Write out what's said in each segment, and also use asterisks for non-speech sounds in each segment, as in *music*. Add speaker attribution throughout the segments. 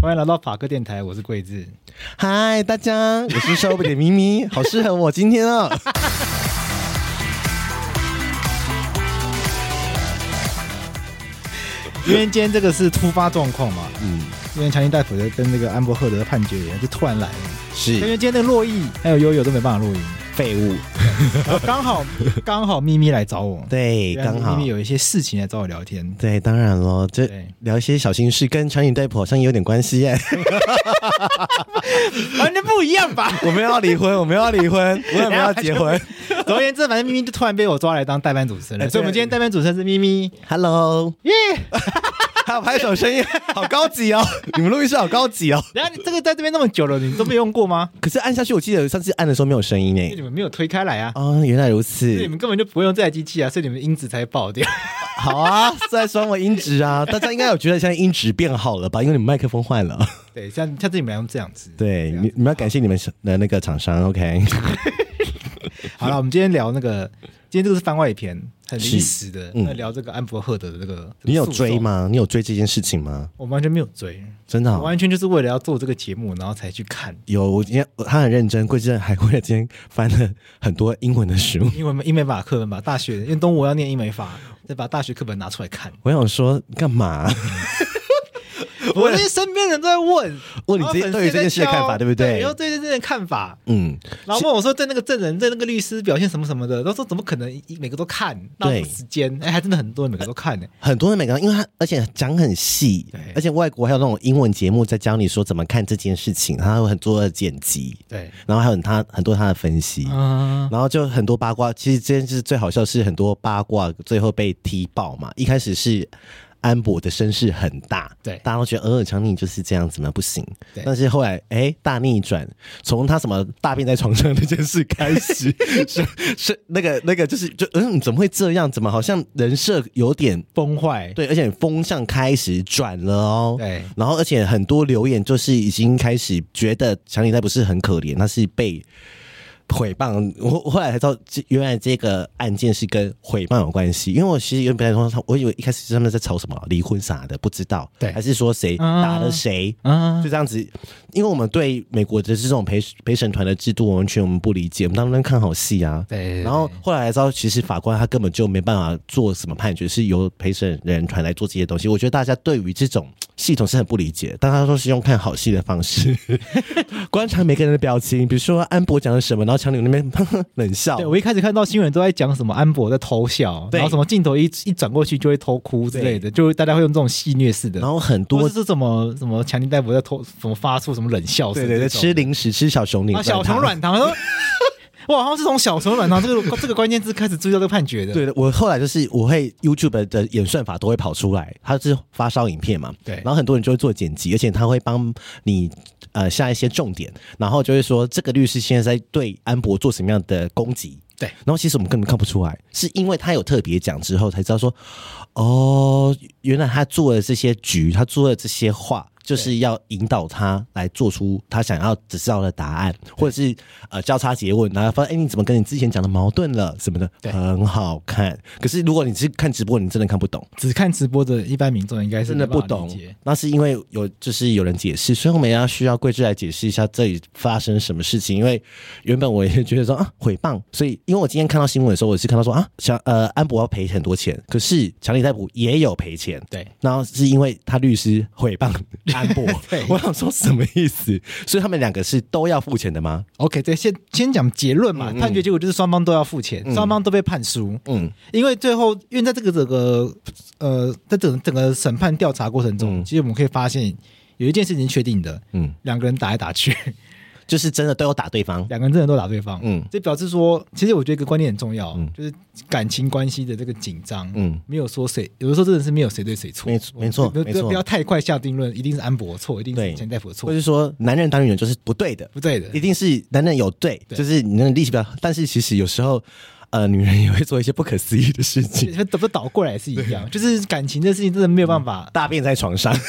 Speaker 1: 欢迎来到法科电台，我是桂智。
Speaker 2: 嗨，大家，我是瘦不点咪咪，好适合我今天啊！ *laughs*
Speaker 1: 因为今天这个是突发状况嘛，
Speaker 2: 嗯，
Speaker 1: 因为强尼戴普的跟那个安伯赫德的判决一样，就突然来了。因
Speaker 2: 嗯是
Speaker 1: 为今天那个洛伊还有悠悠都没办法录音，
Speaker 2: 废物，
Speaker 1: 然后刚好 *laughs* 刚好咪咪来找我，
Speaker 2: 对，
Speaker 1: 然后
Speaker 2: 刚好
Speaker 1: 咪咪，有一些事情来找我聊天。
Speaker 2: 对，当然咯，这
Speaker 1: 对，
Speaker 2: 聊一些小心事，跟长影戴普好像有点关系耶。
Speaker 1: 完全不一样吧？
Speaker 2: *laughs*
Speaker 1: *laughs*
Speaker 2: 我们要离婚，我们要离婚，我们要结婚。
Speaker 1: 总而言之，反正咪咪就突然被我抓来当代班主持人了，
Speaker 2: 哎
Speaker 1: 所以我们今天代班主持人是咪咪。
Speaker 2: Hello，耶！还有拍手声音，好高级哦！你们录音室好高级哦。
Speaker 1: 然后你这个在这边那么久了，你都没用过吗？
Speaker 2: 可是按下去，我记得上次按的时候没有声音
Speaker 1: *laughs* 因为
Speaker 2: 诶。
Speaker 1: 你们没有推开来啊，
Speaker 2: 哦，原来如
Speaker 1: 所以你
Speaker 2: 此。
Speaker 1: 们根本就不会用这台机器啊，所以你们音质才爆掉。 *laughs*
Speaker 2: 好啊，在说我音质啊，大家应该有觉得现在音质变好了吧？因为你们麦克风换了。
Speaker 1: 对，像下次你们要用这样子。啊
Speaker 2: 对，啊你你们要感谢你们的那个厂商，OK？
Speaker 1: 好了，我们今天聊那个，今天这个是番外篇，很临时的，
Speaker 2: 嗯
Speaker 1: 那聊这个安博赫德的这个。
Speaker 2: 你有
Speaker 1: 这个诉讼
Speaker 2: 追？吗？你有追这件事情吗？
Speaker 1: 我完全没有追，
Speaker 2: 真的
Speaker 1: 我
Speaker 2: 哦、
Speaker 1: 完全就是为了要做这个节目，然后才去看
Speaker 2: 有，我今天他很认真，桂正还为了今天翻了很多英文的书。
Speaker 1: 英文英美法课本吧，大学因为东吴要念英美法，再把大学课本拿出来
Speaker 2: *laughs*
Speaker 1: 看。
Speaker 2: 我想说干嘛？啊
Speaker 1: 我那些身边人都在问，
Speaker 2: 问你
Speaker 1: 然后
Speaker 2: 这
Speaker 1: 粉丝
Speaker 2: 对于这件事的
Speaker 1: 在挑
Speaker 2: 看法对不对
Speaker 1: 然后对这件事的看法，
Speaker 2: *laughs* 嗯，
Speaker 1: 然后问我说对那个证人、对那个律师表现什么什么的，都说怎么可能一每个都看，浪费
Speaker 2: 对
Speaker 1: 时间。哎，还真的很多人每个都看呢、
Speaker 2: 很多人每个人，因为他而且讲很细
Speaker 1: 对，
Speaker 2: 而且外国还有那种英文节目在教你说怎么看这件事情，他有很多的剪辑，
Speaker 1: 对，
Speaker 2: 然后还有他很多他的分析。
Speaker 1: 嗯，
Speaker 2: 然后就很多八卦，其实这件事最好笑是很多八卦最后被踢爆嘛。一开始是安博的声势很大，
Speaker 1: 对
Speaker 2: 大家都觉得尔尔强尼就是这样子嘛，不行。
Speaker 1: 对
Speaker 2: 但是后来哎大逆转，从他什么大便在床上那件事开
Speaker 1: *laughs*
Speaker 2: 始，是是那个那个就是就嗯怎么会这样？怎么好像人设有点
Speaker 1: 崩坏，
Speaker 2: 对，而且风向开始转了哦。
Speaker 1: 对
Speaker 2: 然后而且很多留言就是已经开始觉得强尼戴不是很可怜，他是被毁谤。我我后来才知道，这原来这个案件是跟毁谤有关系。因为我其实原本想说，我以为一开始是他们在吵什么离婚啥的，不知道，
Speaker 1: 对
Speaker 2: 还是说谁
Speaker 1: 啊
Speaker 2: 打了谁。
Speaker 1: 嗯
Speaker 2: 就，这样子，因为我们对美国的这种陪陪审团的制度完全我们不理解，我们当然看好戏啊。
Speaker 1: 对
Speaker 2: 然后后来才知道，其实法官他根本就没办法做什么判决，是由陪审人团来做这些东西。我觉得大家对于这种系统是很不理解，大家都是用看好戏的方 *laughs* 式观察每个人的表情，比如说安博讲了什么，然后强柳那边冷笑
Speaker 1: 对，。我一开始看到新闻都在讲什么安博在偷笑，
Speaker 2: 对
Speaker 1: 然后什么镜头一一转过去就会偷哭之类的，就是大家会用这种戏虐式的
Speaker 2: 然。后很
Speaker 1: 或
Speaker 2: 多
Speaker 1: 者是什么什么强尼戴博在偷什么发出什么冷笑声
Speaker 2: 对
Speaker 1: 这种的，
Speaker 2: 对对，吃零食吃小熊
Speaker 1: 啊
Speaker 2: 零，
Speaker 1: 小熊软糖。说 *laughs* 我好像是从小熊软糖这个这个关键字开始注意到这个判决的。
Speaker 2: 对的，我后来就是我会 YouTube 的演算法都会跑出来，它是发烧影片嘛，
Speaker 1: 对
Speaker 2: 然后很多人就会做剪辑，而且他会帮你呃下一些重点，然后就会说这个律师现在在对安博做什么样的攻击。
Speaker 1: 对
Speaker 2: 然后其实我们根本看不出来，是因为他有特别讲之后才知道说，哦，原来他做了这些局，他做了这些话，就是要引导他来做出他想要知道的答案，或者是呃交叉诘问，然后发现哎、诶你怎么跟你之前讲的矛盾了什么的，
Speaker 1: 对
Speaker 2: 很好看。可是如果你是看直播，你真的看不懂。
Speaker 1: 只看直播的一般民众应该是
Speaker 2: 真的
Speaker 1: 没办
Speaker 2: 不
Speaker 1: 法
Speaker 2: 懂
Speaker 1: 理解，
Speaker 2: 那是因为有就是有人解释，所以我们要需要桂枝来解释一下这里发生什么事情。因为原本我也觉得说啊毁谤，所以因为我今天看到新闻的时候，我是看到说啊想呃安博要赔很多钱，可是强力逮捕也有赔钱， *laughs*
Speaker 1: 对，
Speaker 2: 然后是因为他律师毁谤安博 *laughs*
Speaker 1: 对，
Speaker 2: 我想说什么意思？所以他们两个是都要付钱的吗？
Speaker 1: OK，这先先讲结论嘛，
Speaker 2: 嗯嗯
Speaker 1: 判决结果就是双方都要付钱，
Speaker 2: 嗯
Speaker 1: 双方都被判输，
Speaker 2: 嗯，
Speaker 1: 因为最后因为在这个整个呃在整整个审判调查过程中，
Speaker 2: 嗯
Speaker 1: 其实我们可以发现有一件事情确定的，
Speaker 2: 嗯，
Speaker 1: 两个人打来打去， *laughs*
Speaker 2: 就是真的都有打对方，
Speaker 1: 两个人真的都打对方，
Speaker 2: 嗯
Speaker 1: 这表示说，其实我觉得一个观念很重要，
Speaker 2: 嗯
Speaker 1: 就是感情关系的这个紧张，
Speaker 2: 嗯，
Speaker 1: 没有说谁，有的时候真的是没有谁对谁错，
Speaker 2: 没错没错
Speaker 1: 不要
Speaker 2: 没
Speaker 1: 不要
Speaker 2: 错
Speaker 1: 不要太快下定论，一定是安博的错，一定
Speaker 2: 对
Speaker 1: 是钱大夫的
Speaker 2: 或
Speaker 1: 错，
Speaker 2: 是说男人当女人就是不对的，
Speaker 1: 不对的， *laughs*
Speaker 2: 一定是男人有对，
Speaker 1: 对
Speaker 2: 就是你的力气比较，但是其实有时候，呃，女人也会做一些不可思议的事情，
Speaker 1: 这不倒过来也是一样，就是感情的事情真的没有办法，
Speaker 2: 大便在床上， *laughs*
Speaker 1: *laughs*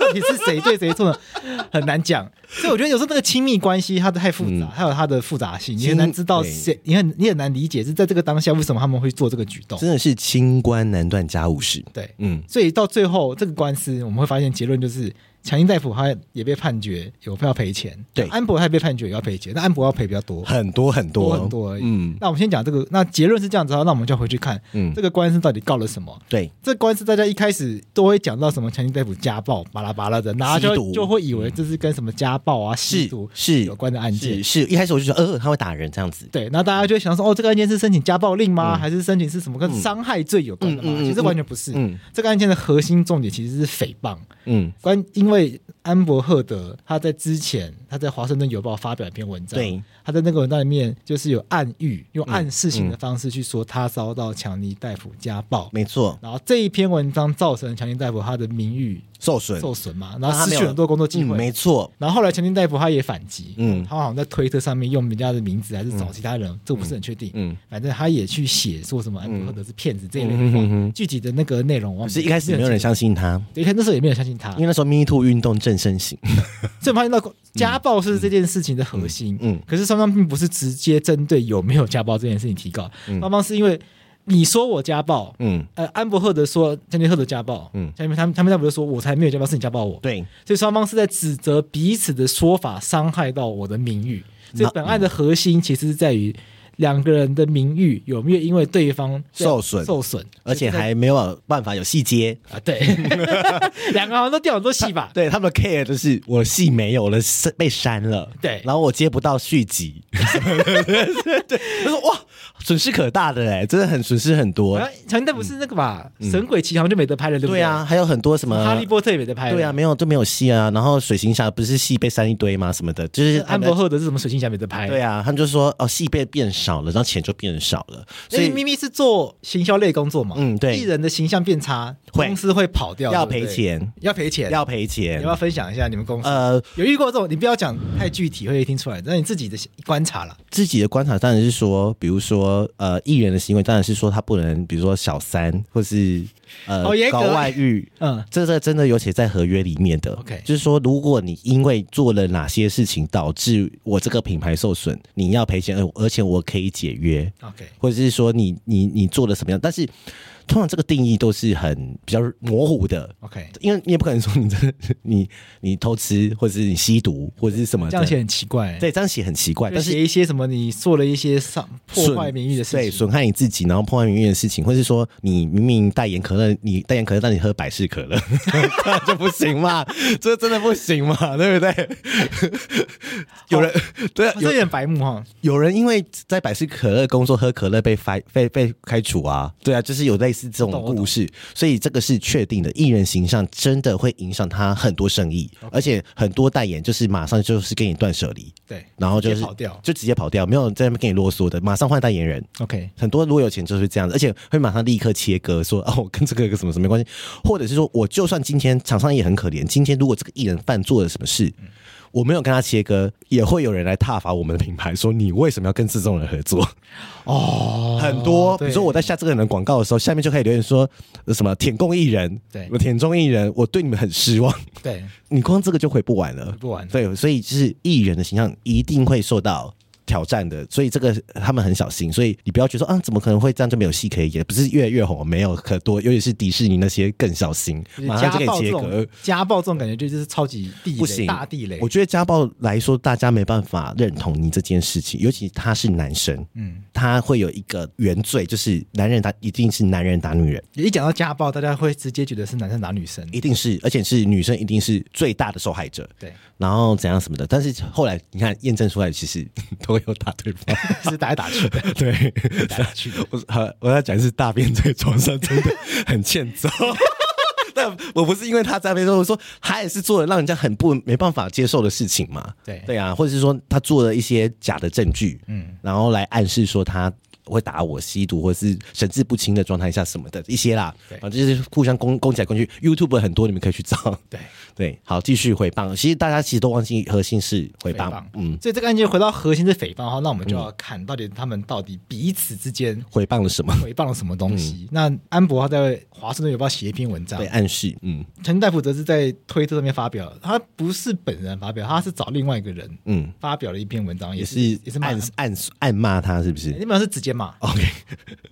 Speaker 1: 到底是谁对谁错呢， *laughs* 很难讲。所以我觉得有时候那个亲密关系它的太复杂，
Speaker 2: 嗯
Speaker 1: 还有它的复杂性，你
Speaker 2: 亲
Speaker 1: 很难知道
Speaker 2: 对
Speaker 1: 谁，你很你很难理解是在这个当下为什么他们会做这个举动。
Speaker 2: 真的是清官难断家务事。
Speaker 1: 对，
Speaker 2: 嗯，
Speaker 1: 所以到最后这个官司，我们会发现结论就是，强尼大夫他也被判决有要赔钱，
Speaker 2: 对
Speaker 1: 安博他也被判决有要赔钱，那安博要赔比较多，
Speaker 2: 很多很多
Speaker 1: 很多而已。
Speaker 2: 嗯
Speaker 1: 那我们先讲这个，那结论是这样子啊，那我们就要回去看
Speaker 2: 嗯
Speaker 1: 这，个官司到底告了什么。
Speaker 2: 对，
Speaker 1: 这官司大家一开始都会讲到什么强尼大夫家暴巴拉巴拉的，大家
Speaker 2: 吸
Speaker 1: 就
Speaker 2: 毒
Speaker 1: 就会以为这是跟什么家暴啊、吸
Speaker 2: 是
Speaker 1: 毒
Speaker 2: 是
Speaker 1: 有关的案件
Speaker 2: 是。是，一开始我就觉得，呃，他会打人这样子，
Speaker 1: 对，那大家就会想说，哦，这个案件是申请家暴令吗？还是申请是什么跟伤害罪有关的吗？
Speaker 2: 嗯嗯嗯嗯
Speaker 1: 其实完全不是。
Speaker 2: 嗯
Speaker 1: 这个案件的核心重点其实是诽谤。
Speaker 2: 嗯，
Speaker 1: 关因为安伯赫德他在之前他在《华盛顿邮报》发表一篇文章，
Speaker 2: 对，嗯
Speaker 1: 他在那个文章里面就是有暗喻，用暗示性的方式去说他遭到强尼大夫家暴。
Speaker 2: 没错，
Speaker 1: 然后这一篇文章造成强尼大夫他的名誉
Speaker 2: 受损，
Speaker 1: 受损嘛，然
Speaker 2: 他
Speaker 1: 后失
Speaker 2: 没有
Speaker 1: 去很多工作机
Speaker 2: 嗯
Speaker 1: 会。
Speaker 2: 没错，
Speaker 1: 然后后来强尼大夫他也反击，
Speaker 2: 嗯
Speaker 1: 他好像在推特上面用人家的名字还是找其他人，这我不是很确定。
Speaker 2: 嗯。
Speaker 1: 反正他也去写说什么安伯赫德是骗子这一类
Speaker 2: 嗯
Speaker 1: 的
Speaker 2: 哼哼
Speaker 1: 话，
Speaker 2: 哼
Speaker 1: 具体的那个内容我忘
Speaker 2: 可
Speaker 1: 记
Speaker 2: 是，一开始没有人，相信他，
Speaker 1: 对，他那时候也没有相信他
Speaker 2: 因，为那时候 Me Too 运动正盛行。
Speaker 1: 所以我发现到家暴是这件事情的核心。
Speaker 2: 嗯嗯
Speaker 1: 可是双方并不是直接针对有没有家暴这件事情提告，双方是因为你说我家暴，
Speaker 2: 嗯，
Speaker 1: 呃，安伯赫德说强尼赫德家暴，嗯
Speaker 2: 嗯，
Speaker 1: 下面他们他们那不是说我才没有家暴，是你家暴我，
Speaker 2: 对，
Speaker 1: 所以双方是在指责彼此的说法伤害到我的名誉。所以本案的核心其实是在于两个人的名誉有没有因为对方
Speaker 2: 受损
Speaker 1: 受损，
Speaker 2: 而且还没有办法有细节。
Speaker 1: 啊对， *laughs* 两个好像都掉很多戏 *laughs* 吧。
Speaker 2: 对他们 care 的是我戏没有了，是被删了，
Speaker 1: 对
Speaker 2: 然后我接不到续集，对，他说哇，损失可大的哎，真的很损失很多
Speaker 1: 好，像强那不是那个吧，神鬼奇航》就没得啊拍了，对不
Speaker 2: 嗯对啊，还有很多什么
Speaker 1: 对？哈利波特也没哎得拍了，
Speaker 2: 对啊，没有就没有戏啊，然后水行侠不是戏被删一堆吗？什么的，就是他
Speaker 1: 安
Speaker 2: 们
Speaker 1: 伯赫德是什么水星侠没得拍？
Speaker 2: 对啊，他们就说哦，戏被变少了，然后钱就变少了，
Speaker 1: 所
Speaker 2: 所
Speaker 1: 以
Speaker 2: 以
Speaker 1: 咪咪是做行销类工作嘛，
Speaker 2: 嗯对
Speaker 1: 艺人的形象变差，
Speaker 2: 会
Speaker 1: 公司会跑掉，
Speaker 2: 要
Speaker 1: 对不
Speaker 2: 赔
Speaker 1: 对，
Speaker 2: 钱，
Speaker 1: 要赔钱，
Speaker 2: 要赔
Speaker 1: 你
Speaker 2: 钱
Speaker 1: 要不，要分享一下你们公司？
Speaker 2: 呃，
Speaker 1: 有遇过这种，你不要讲太具体，会听出来，那你自己的观察啦。
Speaker 2: 自己的观察当然是说，比如说呃，艺人的行为当然是说他不能，比如说小三或是呃
Speaker 1: 好哦严格
Speaker 2: 搞外遇，
Speaker 1: 嗯，
Speaker 2: 这个真的有写在合约里面的。
Speaker 1: OK
Speaker 2: 就是说，如果你因为做了哪些事情导致我这个品牌受损，你要赔钱，呃而且我可以解约，
Speaker 1: OK，
Speaker 2: 或者是说你你你做了什么样，但是通常这个定义都是很比较模糊的。
Speaker 1: OK，
Speaker 2: 因为你也不可能说你真的你你偷吃，或者是你吸毒，或者是什么的
Speaker 1: 这样写很奇怪、
Speaker 2: 对，这样写很奇怪，
Speaker 1: 就
Speaker 2: 但是
Speaker 1: 写一些什么你做了一些伤破
Speaker 2: 损
Speaker 1: 坏名誉的事
Speaker 2: 对，
Speaker 1: 情，
Speaker 2: 损害你自己，然后破坏名誉的事情，或是说你明明代言可乐，你代言可乐，但你喝百事可乐， *laughs* 这样就不行嘛？这真的不行嘛？对不对？有人对
Speaker 1: 啊这
Speaker 2: 有
Speaker 1: 有点白目哈。
Speaker 2: 有人因为在百事可乐工作喝可乐被发被被开除啊？对啊，就是有类似这
Speaker 1: 我懂
Speaker 2: 种
Speaker 1: 我懂
Speaker 2: 故事，所以这个是确定的。艺人形象真的会影响他很多生意，而且很多代言就是马上就是跟你断舍离。
Speaker 1: 对
Speaker 2: 然后就
Speaker 1: 直
Speaker 2: 是
Speaker 1: 接跑掉
Speaker 2: 就直接跑掉，没有人在那边跟你啰嗦的，马上换代言人。
Speaker 1: ，OK，
Speaker 2: 很多如果有钱就是这样子，而且会马上立刻切割，说 *laughs* 哦，我跟这个有什么什么没关系，或者是说我就算今天厂商也很可怜，今天如果这个艺人犯做了什么事，我没有跟他切割，也会有人来挞伐我们的品牌，说你为什么要跟这种人合作？
Speaker 1: 哦，
Speaker 2: 很多，比
Speaker 1: 对
Speaker 2: 如说我在下这个人的广告的时候，下面就可以留言说呃什么舔共艺人，
Speaker 1: 对
Speaker 2: 舔中艺人，我对你们很失望。
Speaker 1: 对
Speaker 2: 你光这个就回不完了，
Speaker 1: 不完
Speaker 2: 对，所以就是艺人的形象一定会受到挑战的，所以这个他们很小心，所以你不要觉得说啊，怎么可能会这样就没有戏可以演？不是越来越红，没有可多，尤其是迪士尼那些更小心，
Speaker 1: 就是
Speaker 2: 马上
Speaker 1: 家
Speaker 2: 就可
Speaker 1: 暴
Speaker 2: 以
Speaker 1: 这
Speaker 2: 切
Speaker 1: 种
Speaker 2: 割。
Speaker 1: 家暴这种感觉就是超级地
Speaker 2: 不
Speaker 1: 雷
Speaker 2: 行
Speaker 1: 大地雷，
Speaker 2: 我觉得家暴来说，大家没办法认同你这件事情，尤其他是男生，
Speaker 1: 嗯，
Speaker 2: 他会有一个原罪，就是男人打一定是男人打女人，
Speaker 1: 一讲到家暴，大家会直接觉得是男生打女生，
Speaker 2: 一定是，而且是女生一定是最大的受害者。
Speaker 1: 对， *laughs*
Speaker 2: 然后怎样什么的，但是后来你看验证出来，其实 *laughs* 都有打对方。
Speaker 1: 是打来打去的，
Speaker 2: *laughs* 对，
Speaker 1: 打来打去的。
Speaker 2: *laughs* 我好，我要讲的是大便在床上真的很欠揍。 *laughs* 但我不是因为他在那边说，我说他也是做了让人家很不没办法接受的事情嘛。
Speaker 1: 对
Speaker 2: 对啊，或者是说他做了一些假的证据，嗯，然后来暗示说他会打我、吸毒或是神志不清的状态下什么的一些啦
Speaker 1: 对，
Speaker 2: 啊，就是互相攻攻击来攻去。YouTube 很多，你们可以去找。
Speaker 1: 对
Speaker 2: 对，好，继续回谤。其实大家其实都忘记核心是回
Speaker 1: 诽
Speaker 2: 谤
Speaker 1: 谤，，
Speaker 2: 嗯，
Speaker 1: 所以这个案件回到核心是诽谤的话，那我们就要看到底他们到底彼此之间
Speaker 2: 回谤了什么？
Speaker 1: 诽谤了什么东
Speaker 2: 嗯
Speaker 1: 西。那安博他在华盛顿邮报写一篇文章
Speaker 2: 被，暗示，嗯
Speaker 1: 陈大夫则是在推特上面发表，他不是本人发表，他是找另外一个人
Speaker 2: 嗯。
Speaker 1: 发表了一篇文章，
Speaker 2: 也
Speaker 1: 也
Speaker 2: 是
Speaker 1: 是也是骂
Speaker 2: 暗暗暗骂他，是不
Speaker 1: 那
Speaker 2: 是
Speaker 1: 篇文章是直接骂，
Speaker 2: ？OK，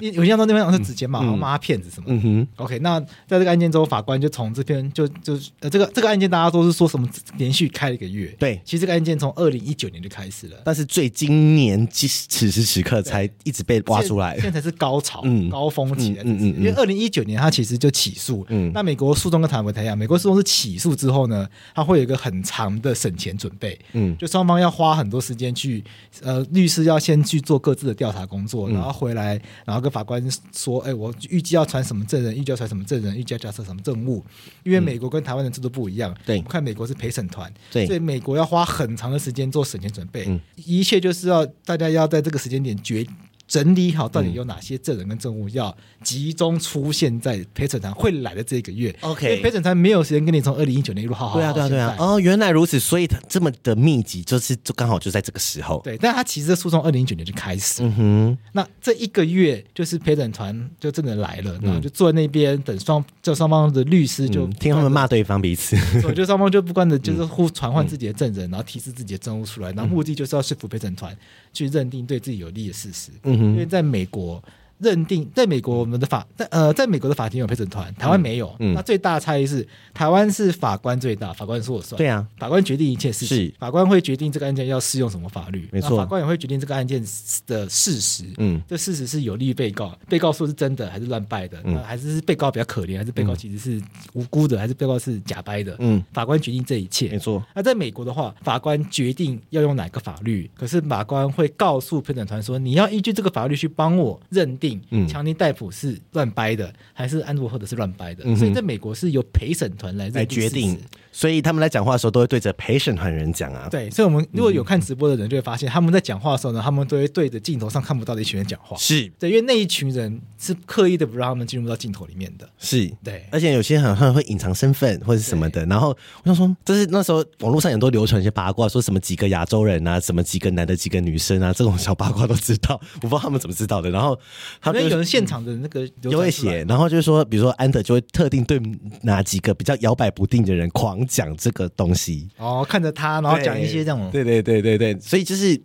Speaker 1: 你我印象中那篇文章是直接骂，然后骂他骗子什么的。
Speaker 2: 嗯哼，
Speaker 1: OK，那在这个案件中，法官就从这篇就就呃这个这个案件，大家都是说什么连续开了一个月，
Speaker 2: 对
Speaker 1: 其实这个案件从二零一九年就开始了，
Speaker 2: 但是最今年今此时此刻才一直被挖出来
Speaker 1: 现，现在才是高潮、
Speaker 2: 嗯
Speaker 1: 高峰期的日子，
Speaker 2: 嗯嗯嗯嗯
Speaker 1: 因为二零一九年他其实就起诉，
Speaker 2: 嗯
Speaker 1: 那美国诉讼跟台湾不太一样，美国诉讼是起诉之后呢，它会有一个很长的审前准备，
Speaker 2: 嗯
Speaker 1: 就双方要花很多时间去，呃，律师要先去做各自的调查工
Speaker 2: 嗯
Speaker 1: 作，然后回来，然后跟法官说，哎，我预计要传什么证人，预计要传什么证人，预计要交涉什么证物，因为美国跟台湾的制度不一样，
Speaker 2: 嗯对
Speaker 1: 我们看美国是陪审团，
Speaker 2: 对
Speaker 1: 所以美国要花很长的时间做审前准备，
Speaker 2: 嗯
Speaker 1: 一切就是要大家要在这个时间点决。整理好到底有哪些证人跟证物要集中出现在陪审团会来的这个月
Speaker 2: OK
Speaker 1: 因为陪审团没有时间跟你从二零一九年一路好好
Speaker 2: 对啊，对啊，对啊
Speaker 1: 好，好
Speaker 2: 哦，原来如此，所以他这么的密集，就是就刚好就在这个时候，
Speaker 1: 对，但他其实诉从二零一九年就开始，
Speaker 2: 嗯哼，
Speaker 1: 那这一个月就是陪审团就真的来了，然后就坐在那边等双就双方的律师就啊
Speaker 2: 嗯听他们骂对方彼此， *laughs*
Speaker 1: 我觉得双方就不断的
Speaker 2: 嗯
Speaker 1: 就是互传唤自己的证人，然后提示自己的证物出来，然后目的就是要说服陪审团去认定对自己有利的事实。
Speaker 2: 嗯
Speaker 1: 因
Speaker 2: 哼，
Speaker 1: 为在美国认定，在美国我们的法，在呃，在美国的法庭有陪审团，台湾没有。
Speaker 2: 嗯
Speaker 1: 那最大的差异是，台湾是法官最大，法官说我算。
Speaker 2: *laughs* 对啊，
Speaker 1: 法官决定一切事情
Speaker 2: 是，
Speaker 1: 法官会决定这个案件要适用什么法律，
Speaker 2: 没错
Speaker 1: 那法官也会决定这个案件的事实。
Speaker 2: 嗯
Speaker 1: 这事实是有利于被告，被告说是真的还是乱掰的，
Speaker 2: 嗯
Speaker 1: 那还是是被告比较可怜，还是被告其实是无辜的，还是被告是假掰的？
Speaker 2: 嗯，
Speaker 1: 法官决定这一切，
Speaker 2: 没错，
Speaker 1: 那在美国的话，法官决定要用哪个法律，可是法官会告诉陪审团说，你要依据这个法律去帮我认定
Speaker 2: 嗯
Speaker 1: 强尼戴普是乱掰的，还是安德赫德是乱掰的。
Speaker 2: 嗯哼
Speaker 1: 所以在美国是由陪审团来认
Speaker 2: 来
Speaker 1: 定
Speaker 2: 决
Speaker 1: 事实
Speaker 2: 定，所以他们来讲话的时候都会对着陪审团人讲啊，
Speaker 1: 对，所以我们如果有看直播的人就会发现，他们在讲话的时候呢，他们都会对着镜头上看不到的一群人讲话。
Speaker 2: 是
Speaker 1: 对，因为那一群人是刻意的不让他们进入到镜头里面的。
Speaker 2: 是，
Speaker 1: 对
Speaker 2: 而且有些好像会隐藏身份或者是什么的。然后我想说，就是那时候网络上很多流传一些八卦，说什么几个亚洲人啊，什么几个男的几个女生啊，这种小八卦都知道， *laughs* 我不知道他们怎么知道的。然后他
Speaker 1: 因为
Speaker 2: 们
Speaker 1: 有
Speaker 2: 就嗯
Speaker 1: 人现场的那个流
Speaker 2: 就会
Speaker 1: 传出来
Speaker 2: 写，然后就是说，比如说安德就会特定对哪几个比较摇摆不定的人狂讲这个东西，
Speaker 1: 哦，看着他，然后
Speaker 2: 对
Speaker 1: 讲一些这种
Speaker 2: 对对对对对，所以就是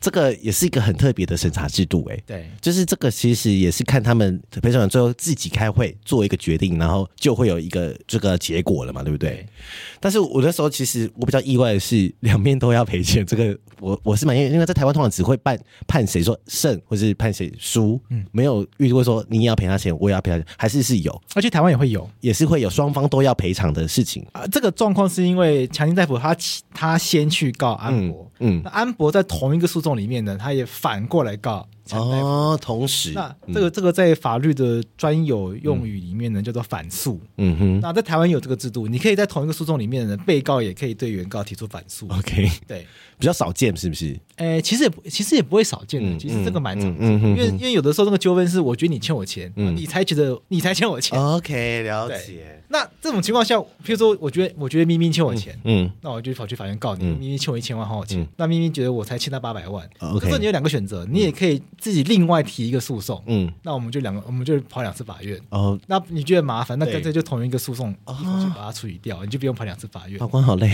Speaker 2: 这个也是一个很特别的审查制度、欸，
Speaker 1: 对
Speaker 2: 就是这个，其实也是看他们陪审团最后自己开会做一个决定，然后就会有一个这个结果了嘛，对不对？
Speaker 1: 对
Speaker 2: 但是我那时候其实我比较意外的是，两边都要赔钱，这个我我是蛮因为因为在台湾通常只会判判谁说胜或是判谁输，没有遇过说你也要赔他钱，我也要赔他钱，还是是有，
Speaker 1: 而且台湾也会有。
Speaker 2: 也是会有双方都要赔偿的事情。
Speaker 1: 啊，这个状况是因为强尼戴普他起他先去告安
Speaker 2: 嗯
Speaker 1: 博，
Speaker 2: 嗯
Speaker 1: 那安博在同一个诉讼里面呢，他也反过来告强大夫。
Speaker 2: 哦，同时，
Speaker 1: 那这
Speaker 2: 嗯
Speaker 1: 个这个在法律的专有用语里面呢，叫做反诉。
Speaker 2: 嗯哼
Speaker 1: 那在台湾有这个制度，你可以在同一个诉讼里面呢，被告也可以对原告提出反诉。
Speaker 2: ，OK，
Speaker 1: 对，
Speaker 2: 比较少见，是不是？
Speaker 1: 诶、其实也不其实也不会少见的，
Speaker 2: 嗯
Speaker 1: 其实这个蛮常见的，
Speaker 2: 嗯嗯嗯
Speaker 1: 因
Speaker 2: 嗯
Speaker 1: 为因为有的时候那个纠纷是我觉得你欠我钱，
Speaker 2: 嗯
Speaker 1: 你才觉得你才欠我钱。
Speaker 2: OK，了
Speaker 1: 对
Speaker 2: 解。
Speaker 1: 那这种情况下，譬如说，我觉得我觉得咪咪欠我钱。
Speaker 2: 嗯
Speaker 1: 那我就跑去法院告你，
Speaker 2: 嗯
Speaker 1: 咪咪欠我一千万还我钱。
Speaker 2: 嗯
Speaker 1: 那咪咪觉得我才欠他八百万，
Speaker 2: 哦，OK
Speaker 1: 这时候你有两个选择，你也可以自己另外提一个诉讼。
Speaker 2: 嗯，
Speaker 1: 那我们就两个，我们就跑两次法院。
Speaker 2: 哦，
Speaker 1: 那你觉得麻烦，那
Speaker 2: 对
Speaker 1: 干脆就同一个诉讼
Speaker 2: 啊
Speaker 1: 一口气把它处理掉，你就不用跑两次法院
Speaker 2: 法。官好累。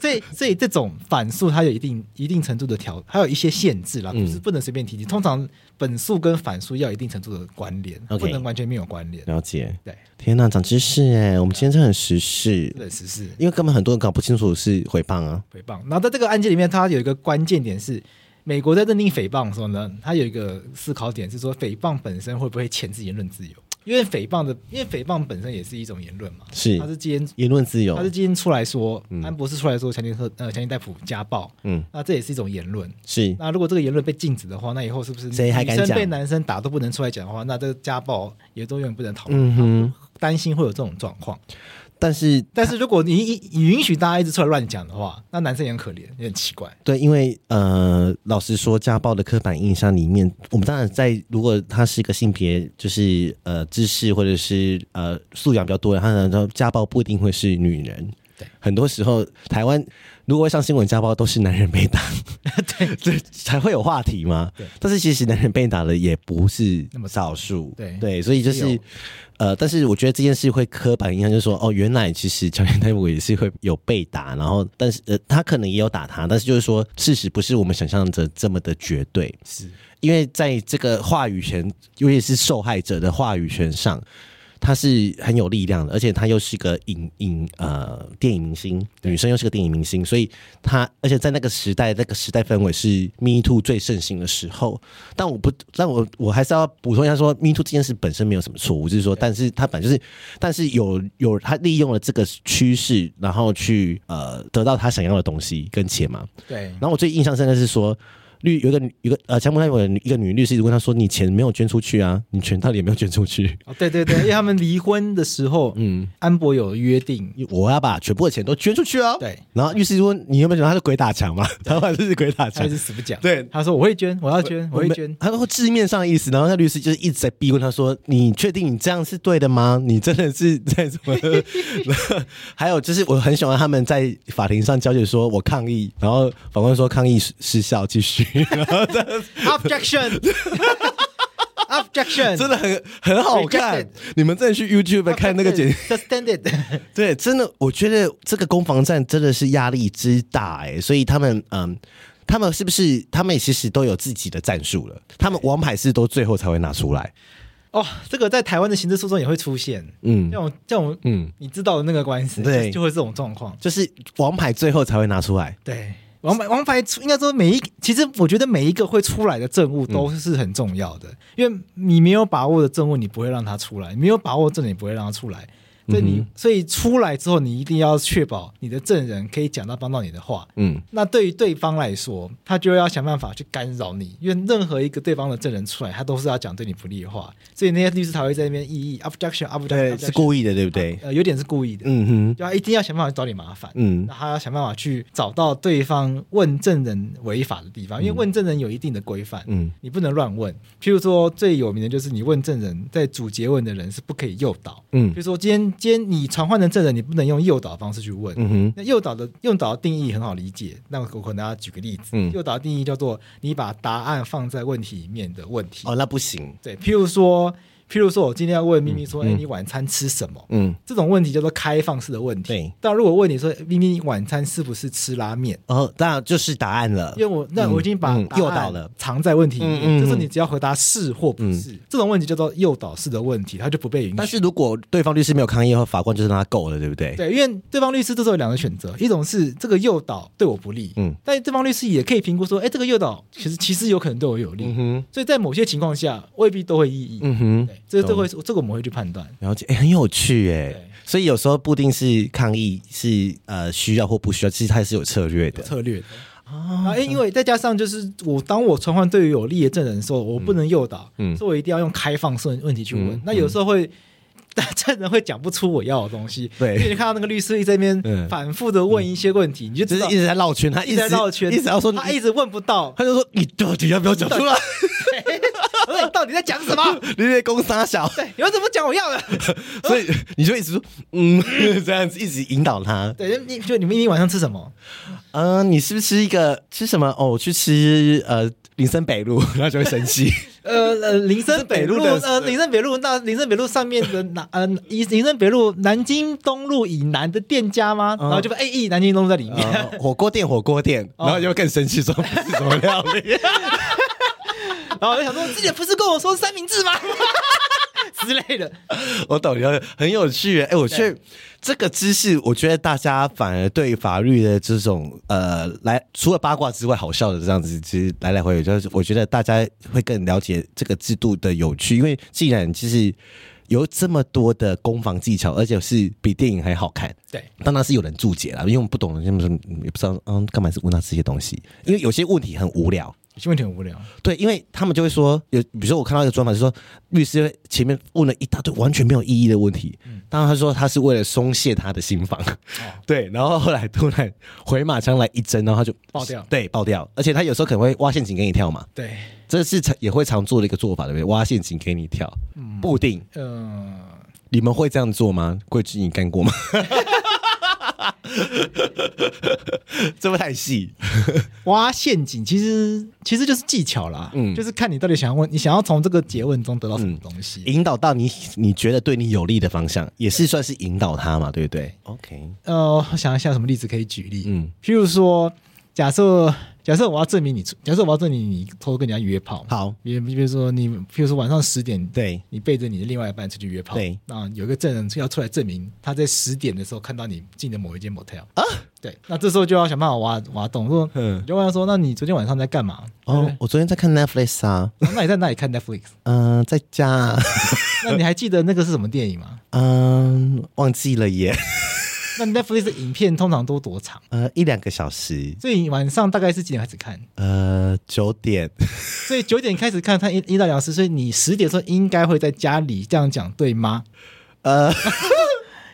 Speaker 1: 所以，所以这种反诉它有一定一定程度的条，还有一些限制啦，
Speaker 2: 嗯
Speaker 1: 不是不能随便提及。通常本诉跟反诉要有一定程度的关联
Speaker 2: OK
Speaker 1: 不能完全没有关联。
Speaker 2: *laughs* 了解。
Speaker 1: 对，
Speaker 2: 天哪，长知识哎！我们今天真的很时事
Speaker 1: 这，本实是
Speaker 2: 因为根本很多人搞不清楚是诽谤啊。
Speaker 1: 诽谤。然后在这个案件里面，它有一个关键点是，美国在认定诽谤的时候呢，它有一个思考点是说，诽谤本身会不会钳制言论自由？因为诽谤的，因为诽谤本身也是一种言论嘛，
Speaker 2: 是
Speaker 1: 它是基因
Speaker 2: 言论自由
Speaker 1: 他，是今天出来说，安博士出来说强奸特呃强奸戴普家暴，
Speaker 2: 嗯，
Speaker 1: 那这也是一种言论。
Speaker 2: 是
Speaker 1: 那如果这个言论被禁止的话，那以后是不是
Speaker 2: 谁还
Speaker 1: 女
Speaker 2: 敢
Speaker 1: 生
Speaker 2: 讲
Speaker 1: 被男生打都不能出来讲的话，那这个家暴也都永远不能讨论。
Speaker 2: 嗯哼。
Speaker 1: 担心会有这种状况，
Speaker 2: 但是
Speaker 1: 但是如果你你你允许大家一直出来乱讲的话，那男生也很可怜，也很奇怪。
Speaker 2: 对，因为呃，老实说，家暴的刻板印象里面，我们当然在如果他是一个性别就是呃知识或者是呃素养比较多的，他可能家暴不一定会是女人。
Speaker 1: 对，
Speaker 2: 很多时候台湾如果会上新闻，家暴都是男
Speaker 1: *laughs*
Speaker 2: 人被打， *laughs* 对对，才会有话题嘛。
Speaker 1: 对，
Speaker 2: 但是其实男人被打的也不是
Speaker 1: 那么
Speaker 2: 少数，
Speaker 1: 对
Speaker 2: 对，所以就
Speaker 1: 也
Speaker 2: 是
Speaker 1: 有
Speaker 2: 呃，但是我觉得这件事会刻板印象，就是说哦，原来其实乔丹戴维也是会有被打，然后但是呃，他可能也有打他，但是就是说事实不是我们想象的这么的绝对，
Speaker 1: 是
Speaker 2: 因为在这个话语权，尤其是受害者的话语权上。他是很有力量的，而且他又是个影影呃电影明星，女生又是个电影明星，所以他而且在那个时代，那个时代氛围是 Me Too 最盛行的时候。但我不，但我我还是要补充一下说，Me Too 这件事本身没有什么错误，就是说，但是他本来就是，但是有有他利用了这个趋势，然后去呃得到他想要的东西跟钱嘛。
Speaker 1: 对，
Speaker 2: 然后我最印象深刻是说，律有一个女有一个呃，江那有的女一个女律师一直问他说：“你钱没有捐出去啊？你钱到底有没有捐出去
Speaker 1: 哦，对对对，因为他们离婚的时候，嗯，安博有约定，？”
Speaker 2: 我要把全部的钱都捐出去啊！ *laughs*
Speaker 1: 对。
Speaker 2: 然后律师就问：“你有没有想他是鬼打墙嘛？他反正是鬼打
Speaker 1: 他
Speaker 2: 墙
Speaker 1: 一直。死不讲，
Speaker 2: 对
Speaker 1: 他说我会捐，我要捐，我
Speaker 2: 没
Speaker 1: 会捐，
Speaker 2: 他说字面上的意思，然后那律师就是一直在逼问他说：“你确定你这样是对的吗？你真的是在什么？” *laughs* 然后还有就是，我很喜欢他们在法庭上交接，说我抗议，然后法官说抗议失失效，继续， *laughs* 然后这
Speaker 1: *laughs*
Speaker 2: *laughs*
Speaker 1: Objection! Objection!
Speaker 2: 真的很很好看
Speaker 1: Rejected。
Speaker 2: 你们真的去 YouTube 看那个剪
Speaker 1: Suspended. *laughs*
Speaker 2: 对，真的，我觉得这个攻防战真的是压力之大哎、所以他们嗯。他们是不是？他们其实都有自己的战术了。他们王牌是都最后才会拿出来。
Speaker 1: 哦，这个在台湾的刑事诉讼也会出现，
Speaker 2: 嗯
Speaker 1: 这种这种
Speaker 2: 嗯，
Speaker 1: 你知道的那个官司，
Speaker 2: 对
Speaker 1: 就会这种状况。
Speaker 2: 就是王牌最后才会拿出来。
Speaker 1: 对，王牌王牌出应该说每一，其实我觉得每一个会出来的证物都是很重要的，因为你没有把握的证物，你不会让它出来；没有把握的证，你不会让它出来。所以你、所以出来之后，你一定要确保你的证人可以讲到帮到你的话，
Speaker 2: 嗯，
Speaker 1: 那对于对方来说，他就要想办法去干扰你，因为任何一个对方的证人出来，他都是要讲对你不利的话，所以那些律师才会在那边异议啊 objection objection，
Speaker 2: 是故
Speaker 1: 意，
Speaker 2: 意的，对不对？
Speaker 1: 呃，有点是故意的，
Speaker 2: 嗯哼，
Speaker 1: 就他一定要想办法去找你麻烦，
Speaker 2: 嗯
Speaker 1: 那他要想办法去找到对方问证人违法的地方，因为问证人有一定的规范，
Speaker 2: 嗯
Speaker 1: 你不能乱问。譬如说最有名的就是你问证人，在主诘问的人是不可以诱导，
Speaker 2: 嗯
Speaker 1: 比如说今天今天你传唤的证人，你不能用诱导的方式去问，
Speaker 2: 嗯哼，
Speaker 1: 那诱导的诱导的定义很好理解，那我可能要举个例子，
Speaker 2: 嗯
Speaker 1: 诱导的定义叫做你把答案放在问题里面的问题。
Speaker 2: 哦，那不行。
Speaker 1: 对，譬如说，譬如说我今天要问咪咪说，哎、你晚餐吃什么？
Speaker 2: 嗯，
Speaker 1: 这种问题叫做开放式的问题。
Speaker 2: 对。
Speaker 1: 但如果问你说咪咪晚餐是不是吃拉面？
Speaker 2: 哦，当然就是答案了
Speaker 1: 因。为我那我已经把
Speaker 2: 呃嗯
Speaker 1: 答案
Speaker 2: 诱导了
Speaker 1: 藏在问题里面，
Speaker 2: 嗯嗯嗯嗯
Speaker 1: 就是你只要回答是或不是，这种问题叫做诱导式的问题，它就不被允许。
Speaker 2: 但是如果对方律师没有抗议的话，法官就是让他够了，对不对？
Speaker 1: 对，因为对方律师这时候有两个选择，一种是这个诱导对我不利，
Speaker 2: 嗯
Speaker 1: 嗯，但对方律师也可以评估说，哎，这个诱导其实其实有可能对我有利，
Speaker 2: 嗯哼，
Speaker 1: 所以在某些情况下未必都会异议，
Speaker 2: 嗯哼，
Speaker 1: 对，这个这会这个我们会去判断，
Speaker 2: 了解，哎很有趣哎
Speaker 1: 对。
Speaker 2: 所以有时候不一定是抗议是呃需要或不需要，其实它也是有策略的
Speaker 1: 策略的，啊，哎因为再加上就是我当我传唤对于有利的证人的时候，我不能诱导，
Speaker 2: 嗯
Speaker 1: 所以我一定要用开放式问题去问。
Speaker 2: 嗯
Speaker 1: 那有时候会。 *laughs* 但证人会讲不出我要的东西，
Speaker 2: 对
Speaker 1: 因为你看到那个律师一直在那
Speaker 2: 嗯
Speaker 1: 边反复的问一些问题，你就知
Speaker 2: 就是
Speaker 1: 道
Speaker 2: 一直在绕圈，他
Speaker 1: 一
Speaker 2: 一直
Speaker 1: 直在绕圈，
Speaker 2: 一直要说
Speaker 1: 他
Speaker 2: 你
Speaker 1: 一直问不到， *laughs*
Speaker 2: 他就说你到底要不要讲出来？
Speaker 1: 我说你到底在讲什么？ *laughs*
Speaker 2: 你在攻杀小，
Speaker 1: 你们怎么讲我要的？ *laughs*
Speaker 2: *laughs* 所以你就一直说嗯 *laughs* 这样子，一直引导他。
Speaker 1: 对，就你就你们明天晚上吃什么？
Speaker 2: 嗯，你是不是吃一个吃什么？哦，我去吃呃林森北路，然后就会生气。
Speaker 1: 呃 *laughs* 呃，林森北路，
Speaker 2: 林森北路的
Speaker 1: 呃，林森北路，那林森北路上面的南，呃，林林森北路南京东路以南的店家吗？
Speaker 2: 嗯
Speaker 1: 然后就被哎，咦南京东路在里面，
Speaker 2: 呃火锅店，火锅店，然后就更生气，说不 *laughs* 是什么料理。
Speaker 1: *laughs* 然后我就想说，之前不是跟我说三明治吗？ *laughs* 之类的，
Speaker 2: 我懂你，很有趣耶。哎、我觉得这个知识，我觉得大家反而对法律的这种呃，来除了八卦之外，好笑的这样子，其实来来回回，就是我觉得大家会更了解这个制度的有趣，因为既然就是。有这么多的攻防技巧，而且是比电影还好看。
Speaker 1: 对，
Speaker 2: 当然是有人注解啦，因为我们不懂，他们说嗯也不知道，嗯，干嘛是问他这些东西？因为有些问题很无聊，
Speaker 1: 这问题很无聊。
Speaker 2: 对，因为他们就会说，有比如说我看到一个专访，就说律师前面问了一大堆完全没有意义的问题，
Speaker 1: 嗯
Speaker 2: 当然他说他是为了松懈他的心房，
Speaker 1: 哦
Speaker 2: 对，然后后来突然回马枪来一针，然后他就
Speaker 1: 爆掉
Speaker 2: 对，爆掉，而且他有时候可能会挖陷阱给你跳嘛，
Speaker 1: 对，
Speaker 2: 这是常也会常做的一个做法，对不对？挖陷阱给你跳，布丁，
Speaker 1: 嗯、
Speaker 2: 你们会这样做吗？桂枝，你干过吗？ *laughs* 这不太细，
Speaker 1: 挖陷阱其实其实就是技巧啦，
Speaker 2: 嗯
Speaker 1: 就是看你到底想要问，你想要从这个诘问中得到什么东西。
Speaker 2: 引导到你你觉得对你有利的方向，也是算是引导他嘛，对不对？OK，
Speaker 1: 呃，我想一下什么例子可以举例。
Speaker 2: 嗯
Speaker 1: 譬如说，假设假设我要证明你，假设我要证明你偷偷跟人家约炮，，
Speaker 2: 好，
Speaker 1: 比比如说你，譬如说晚上十点，
Speaker 2: 对，
Speaker 1: 你背着你的另外一半出去约炮，
Speaker 2: 对，
Speaker 1: 那有一个证人要出来证明他在十点的时候看到你进的某一间 motel 啊，对，那这时候就要想办法挖挖洞，说
Speaker 2: 嗯
Speaker 1: 你就问他说，那你昨天晚上在干嘛？
Speaker 2: 哦，我昨天在看 Netflix 啊，
Speaker 1: 哦那你在哪里看
Speaker 2: *laughs*
Speaker 1: Netflix？
Speaker 2: 嗯、在家、啊，
Speaker 1: 那你还记得那个是什么电影吗？
Speaker 2: 嗯、忘记了耶，
Speaker 1: 那 Netflix 的影片通常都多长？
Speaker 2: 呃，一两个小时，
Speaker 1: 所以晚上大概是几点开始看？
Speaker 2: 呃，九点，
Speaker 1: 所以九点开始看，他一一到两时，所以你十点的时候应该会在家里，这样讲对吗？
Speaker 2: 呃，